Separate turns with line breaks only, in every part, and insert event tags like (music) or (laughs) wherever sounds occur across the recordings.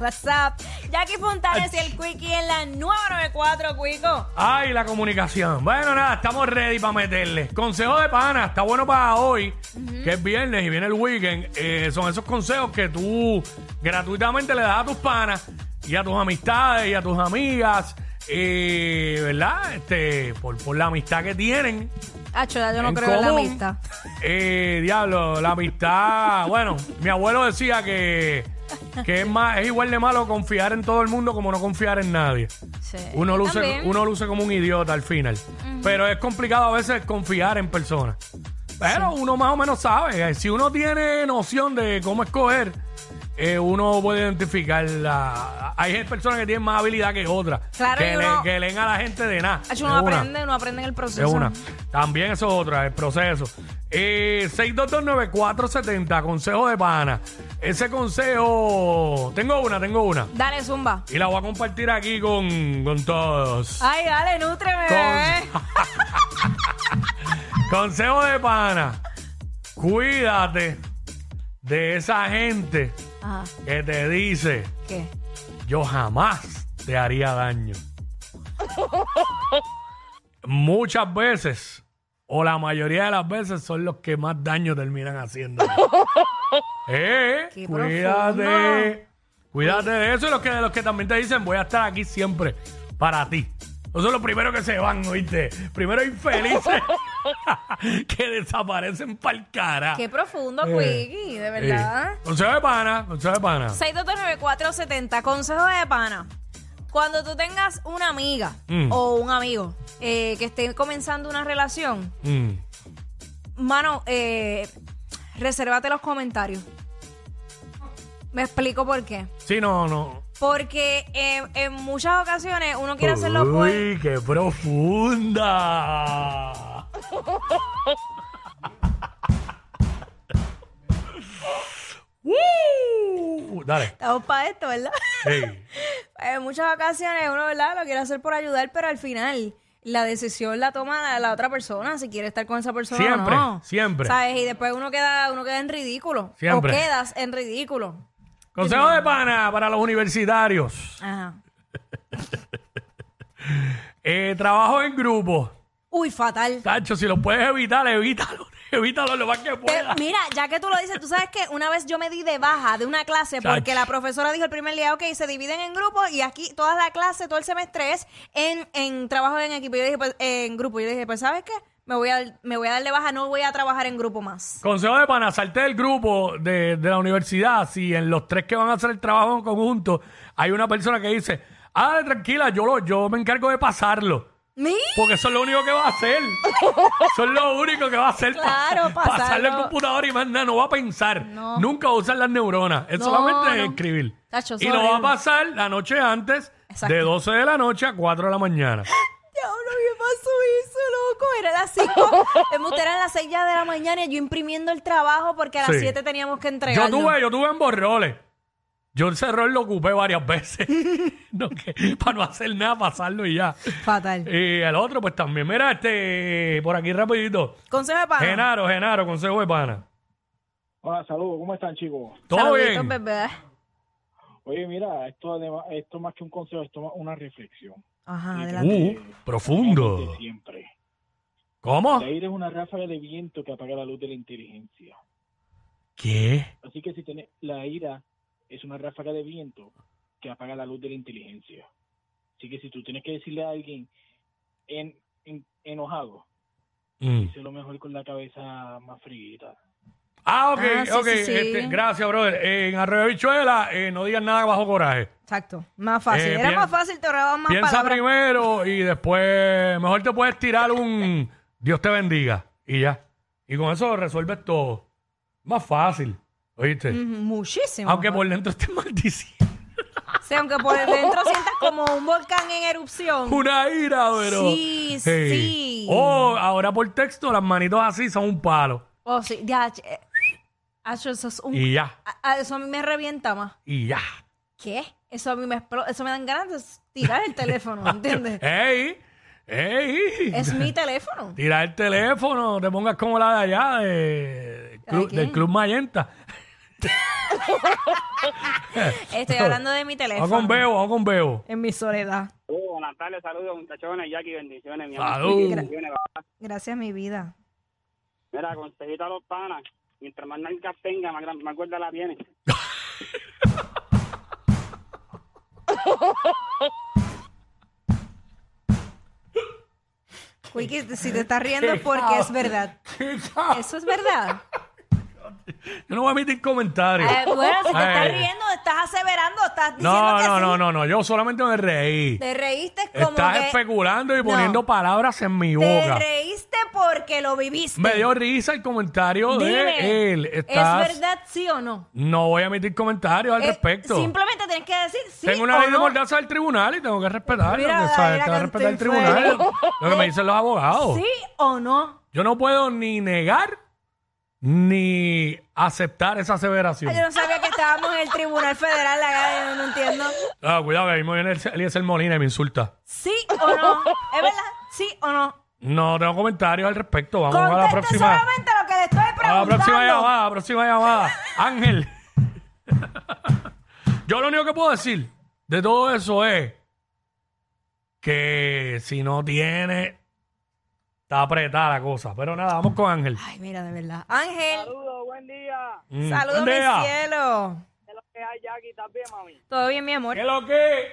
What's up? Jackie Fontanes y el Quickie en la 994, Quico.
Ay, la comunicación. Bueno, nada, estamos ready para meterle. Consejo de pana, está bueno para hoy, que es viernes y viene el weekend. Eh, son esos consejos que tú gratuitamente le das a tus panas y a tus amistades y a tus amigas. eh, ¿Verdad? Este, por, por la amistad que tienen.
Acho, yo no
en
creo en la
común.
amistad.
Eh, diablo, la amistad. bueno, mi abuelo decía que, que es, más, es igual de malo confiar en todo el mundo como no confiar en nadie.
Sí.
Uno luce,
También.
uno luce como un idiota al final. Pero es complicado a veces confiar en personas. Pero uno más o menos sabe. Eh, Si uno tiene noción de cómo escoger, eh, uno puede identificar. La... Hay personas que tienen más habilidad que otras.
Claro,
que,
y
le-
uno-
que leen a la gente de nada.
Acho,
De
uno
una.
aprende, uno aprende en el
De
proceso.
una. También eso es otra, el proceso. Eh, 6229470, consejo de pana. Ese consejo. Tengo una, tengo una.
Dale, zumba.
Y la voy a compartir aquí con, con todos.
Ay, dale, nútreme,
Con-
bebé.
Consejo de pana. Cuídate de esa gente
Ajá,
que te dice,
¿qué?
yo jamás te haría daño. Muchas veces, o la mayoría de las veces, son los que más daño terminan
(laughs)
haciendo. eh,
Qué
cuídate.
profundo.
Cuídate de eso y los que, de los que también te dicen, voy a estar aquí siempre para ti. Esos son los primeros que se van, oíste.
(laughs)
Primero infelices que desaparecen para el cara.
Qué profundo,
Eh,
Quickie, de verdad.
Eh, Consejo de pana, consejo de pana.
6229470, consejo de pana. Cuando tú tengas una amiga
Mm.
o un amigo eh, que esté comenzando una relación,
Mm.
mano, eh, resérvate los comentarios. Me explico por qué.
Sí, no, no.
Porque eh, en muchas ocasiones uno quiere hacerlo por...
Uy, qué profunda. ¡Woo! Uh, Dale.
Estamos para esto, ¿verdad? (laughs)
Ey.
en muchas ocasiones uno, ¿verdad? Lo quiere hacer por ayudar, pero al final la decisión la toma la, la otra persona, si quiere estar con esa persona
Siempre,
o no.
siempre.
¿Sabes? Y después uno queda, uno queda en ridículo.
Siempre.
O quedas en ridículo.
Consejo de pana para los universitarios.
Ajá.
Eh, trabajo en grupo.
Uy, fatal.
Tacho, si lo puedes evitar, evítalo. (laughs) Evítalo lo más que
Te-
puedas.
mira, ya que tú lo dices, tú sabes que una vez yo me di de baja de una clase porque
Chach.
la profesora dijo el primer día, ok, se dividen en grupos y aquí toda la clase, todo el semestre es en, en trabajo en equipo. Yo dije, pues, en grupo. Yo dije, pues, ¿sabes qué? Me voy, a, me voy a dar de baja, no voy a trabajar en grupo más.
Consejo de pana, salte del grupo de, de la universidad si en los tres que van a hacer el trabajo en conjunto hay una persona que dice, ah, tranquila, yo, lo, yo me encargo de pasarlo.
¡Mi!
Porque eso es lo único que va
(laughs)
a hacer. Eso es lo único que va a hacer.
Claro,
pasarle pasarle el
pasarlo.
computador y más nada, no va a pensar.
No.
Nunca va a usar las neuronas. Es
No,
solamente
no.
escribir.
Tacho, es
y lo va a
horrible.
pasar la noche antes,
Exacto.
de 12 de la noche a 4 de la mañana.
Diablo, ¿qué pasó eso, loco? Era (laughs) las 5. Hemos eran las 6 ya de la mañana y yo imprimiendo el trabajo porque a las
Sí.
7 teníamos que
Yo
entregarlo.
tuve, yo tuve en borroles. Yo ese error lo ocupé
(laughs)
varias veces. No, que- para no hacer nada, pasarlo y ya.
Fatal.
Y el otro, pues también. Mira, este, por aquí rapidito.
Consejo de pana.
Genaro, Genaro, consejo de pana.
Hola, saludos, ¿cómo están chicos?
¿Todo
Saluditos,
bien?
bebé.
Oye, mira, esto además- esto más que un consejo, esto es una reflexión.
Ajá,
Sí,
adelante.
Uh,
De
profundo.
siempre.
¿Cómo?
El aire es una ráfaga de viento que apaga la luz de la inteligencia.
¿Qué?
Así que si tienes la ira, es una ráfaga de viento que apaga la luz de la inteligencia. Así que si tú tienes que decirle a alguien en, en- enojado,
Mm.
dice lo mejor con la cabeza más frita.
Ah, ok,
Ah, sí,
ok.
sí, sí.
este, gracias, brother. Eh, en Arroyo Bichuela, no digas nada bajo coraje.
Exacto. Más fácil.
Eh,
Era
pi-
más fácil, te ahorraban más
Piensa
palabras.
primero y después, mejor te puedes tirar un Dios te bendiga y ya. Y con eso resuelves todo. Más fácil, ¿oíste?
Mm, Muchísimo.
Aunque por dentro estés (laughs) maldiciendo.
O sea, aunque por dentro sientas como un volcán en erupción.
Una ira, pero.
Sí,
Eh,
sí.
O ahora por texto, las manitos así son un palo.
Oh, sí. Ya, ch- eh, acho, eso es un-
Y ya,
a- a- eso a mí me revienta más.
y
(laughs)
ya.
¿Qué? Eso a mí me explo- Eso me dan ganas de tirar el
(laughs)
teléfono, ¿entiendes?
¡Ey! ¡Ey!
es mi teléfono.
Tira el teléfono, no te pongas como la de allá,
¿La
de-
de
clu- del
quién?
Club Mayenta.
Estoy hablando de mi teléfono.
Vamos con Bebo, vamos con Bebo.
En mi soledad.
Uh, buenas tardes, saludos muchachones, Jackie, bendiciones, mi
Salud.
Bendiciones, papá.
Gracias, mi vida.
Mira, consejito a los panas, mientras más narcas tenga, más, gran- más gorda la tiene.
Quickie, si te estás riendo es porque es verdad. Eso es verdad.
(laughs) Yo no voy a emitir comentarios.
Eh, bueno, si te
Ay.
estás riendo, estás aseverando, estás diciendo
No,
que
no,
sí.
no, no, no, yo solamente me reí.
Te reíste como
Estás
que
especulando y
No.
poniendo palabras en mi
te
boca.
reíste porque lo viviste.
Me dio risa el comentario de
Dime,
él. Estás-
¿es verdad sí o no?
No voy a emitir comentarios al
Eh,
respecto.
Simplemente tienes que decir sí
tengo una
o
ley de
no.
mordaza del tribunal y tengo que respetarlo.
Mira,
o sea,
mira
tengo que respetar el
cantinflero.
tribunal. Lo que me dicen los abogados.
Sí o no.
Yo no puedo ni negar ni aceptar esa aseveración.
Ay, Yo no sabía que estábamos en el Tribunal Federal, la gana, yo no entiendo.
Ah, cuidado, que ahí me viene el- Eliezer Molina y me insulta.
¿Sí o no? ¿Es verdad? ¿Sí o no?
No tengo comentarios al respecto. Vamos a la
Conteste
próxima.
solamente lo que le estoy
A la
preguntando.
próxima llamada, a la próxima llamada. Ángel. (laughs) Yo lo único que puedo decir de todo eso es que si no tiene, está apretada la cosa. Pero nada, vamos con Ángel.
Ay, mira, de verdad. Ángel,
Saludos, buen día.
Mm,
saludos, mi
buen día.
cielo.
¿Qué es lo que hay, Jackie? ¿Estás bien, mami?
¿Todo bien, mi amor?
(laughs) ¿Qué es lo que?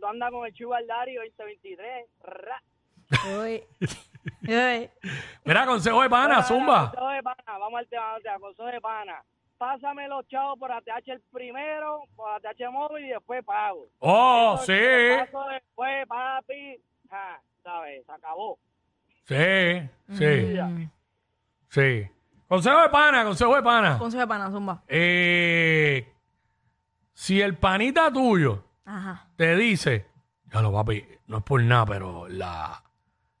Tú andas con el chivo al Dario 2023. Ra.
Uy. Uy.
Mira, consejo de pana, zumba.
Consejo de pana, vamos al tema, al tema, consejo de pana. Pásame los chavos por ATH el primero, por ATH móvil y después pago.
Oh,
Entonces,
sí.
los pasos Después, papi, ja, ¿sabes? Se acabó.
Sí, sí, sí. Consejo de pana, consejo de pana.
Consejo de pana, zumba.
Eh, si el panita tuyo
Ajá.
te dice, ya lo papi, no es por nada, pero la,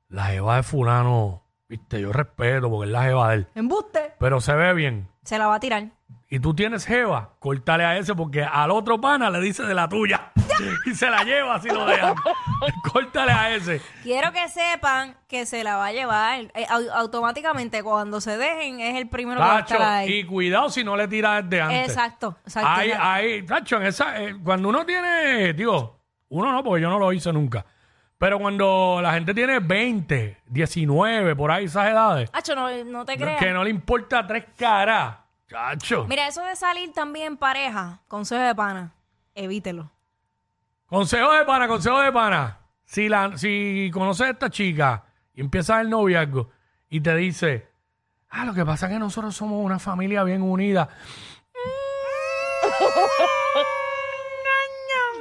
la jeva de fulano, viste, yo respeto porque es la jeva de él,
Embuste.
pero se ve bien.
Se la va a tirar.
Y tú tienes jeva, cortale a ese porque al otro pana le dice de la tuya (laughs) y se la lleva si
(laughs)
lo dejan. córtale a ese.
Quiero que sepan que se la va a llevar. Eh, au- automáticamente cuando se dejen es el primero
Tacho,
que va a estar ahí.
y cuidado si no le tiras desde antes. ah.
Exacto, exacto.
Ahí, ahí, tacho, en esa, eh, cuando uno tiene, digo, uno no, porque yo no lo hice nunca. Pero cuando la gente tiene 20, 19, por ahí esas edades,
Hacho, no, no te creas.
que no le importa tres caras, chacho.
Mira, eso de salir también en pareja, consejo de pana, evítelo.
Consejo de pana, consejo de pana. Si, la, si conoces a esta chica y empiezas el noviazgo y te dice, ah, lo que pasa es que nosotros somos una familia
(laughs)
bien unida.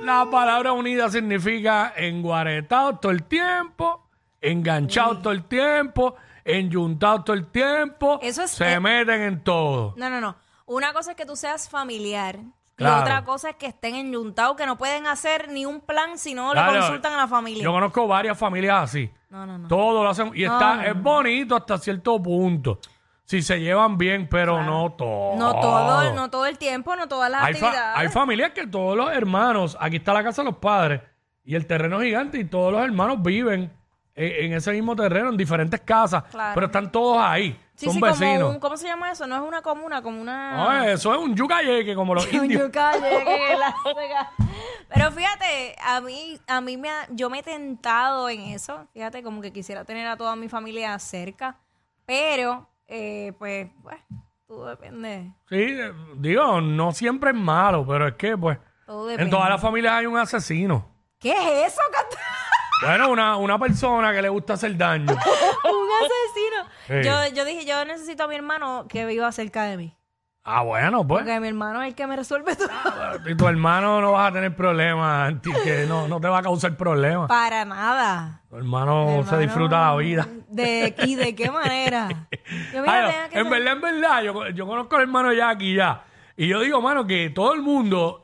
La palabra unida significa enguaretados todo el tiempo, enganchados todo el tiempo, enyuntados todo el tiempo.
Eso es-
se
eh,
meten en todo.
No, no, no. Una cosa es que tú seas familiar.
Claro.
Y otra cosa es que estén enyuntados, que no pueden hacer ni un plan si no
Claro,
le consultan a la familia.
Yo conozco varias familias así.
no, no, no.
Todo lo hacen. Y está, es bonito hasta cierto punto. Si se llevan bien, pero no todo.
No todo, el- no todo el tiempo, no todas las
Oh. hay, fa-
actividades.
hay familias que todos los hermanos, aquí está la casa de los padres y el terreno es gigante y todos los hermanos viven e-, en, en ese mismo terreno, en diferentes casas,
Claro.
pero están todos ahí,
sí,
son
sí, como
vecinos.
un, ¿cómo se llama eso? No es una comuna, como una...
No, eso es un yucayeque como los
(laughs) Un
indios. (laughs)
yucalle que la saca. Pero fíjate, a mí, a mí me ha- yo me he tentado en eso. Fíjate, como que quisiera tener a toda mi familia cerca. Pero, eh, pues, bueno, todo depende.
Sí, eh, digo, no siempre es malo, pero es que pues
Todo depende.
En todas las familias hay un asesino.
¿Qué es eso, Cat-
Bueno, una, una persona que le gusta hacer daño.
(laughs) Un asesino.
Sí.
Yo, yo dije, yo necesito a mi hermano que viva cerca de mí.
Ah, bueno, pues.
Porque mi hermano es el que me resuelve
(laughs)
todo.
Y tu hermano no vas a tener problemas, Anti, que no, no te va a causar problemas.
Para nada.
Tu hermano, se
Hermano,
disfruta la vida.
¿De, y de qué
(laughs)
manera? Yo, mira,
Ay, no,
tenía que
en
ser-
verdad, en verdad, yo, yo conozco al hermano de Jackie ya. Y yo digo, mano, que todo el mundo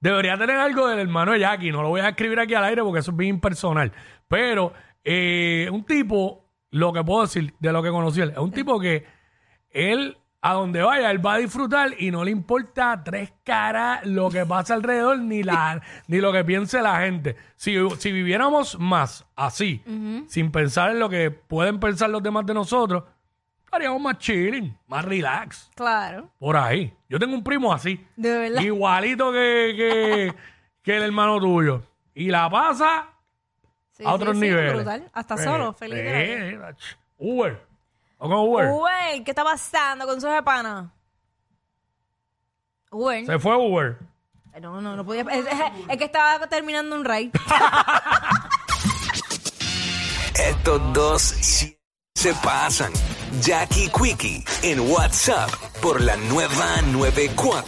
debería tener algo del hermano de Jackie. No lo voy a escribir aquí al aire porque eso es bien impersonal. Pero eh, un tipo, lo que puedo decir de lo que conocí él, es un tipo que él, a donde vaya, él va a disfrutar y no le importa tres caras lo que pasa alrededor
(laughs)
ni, la, ni lo que piense la gente. Si, si viviéramos más así, sin pensar en lo que pueden pensar los demás de nosotros, haríamos más chilling, más relax,
Claro.
por ahí. Yo tengo un primo así,
De verdad.
igualito que, que, que el hermano tuyo. Y la pasa
Sí,
a
sí,
otros
sí,
niveles.
brutal. Hasta solo,
Eh,
feliz. de la vida.
eh, ach, Uber. ¿O con Uber?
Uber, ¿qué está pasando con esos de pana? Uber.
Se fue Uber.
No, no, no podía. Es, es- es que estaba terminando un raid.
Estos dos sí se pasan. Jackie Quickie en WhatsApp por la nueva 94.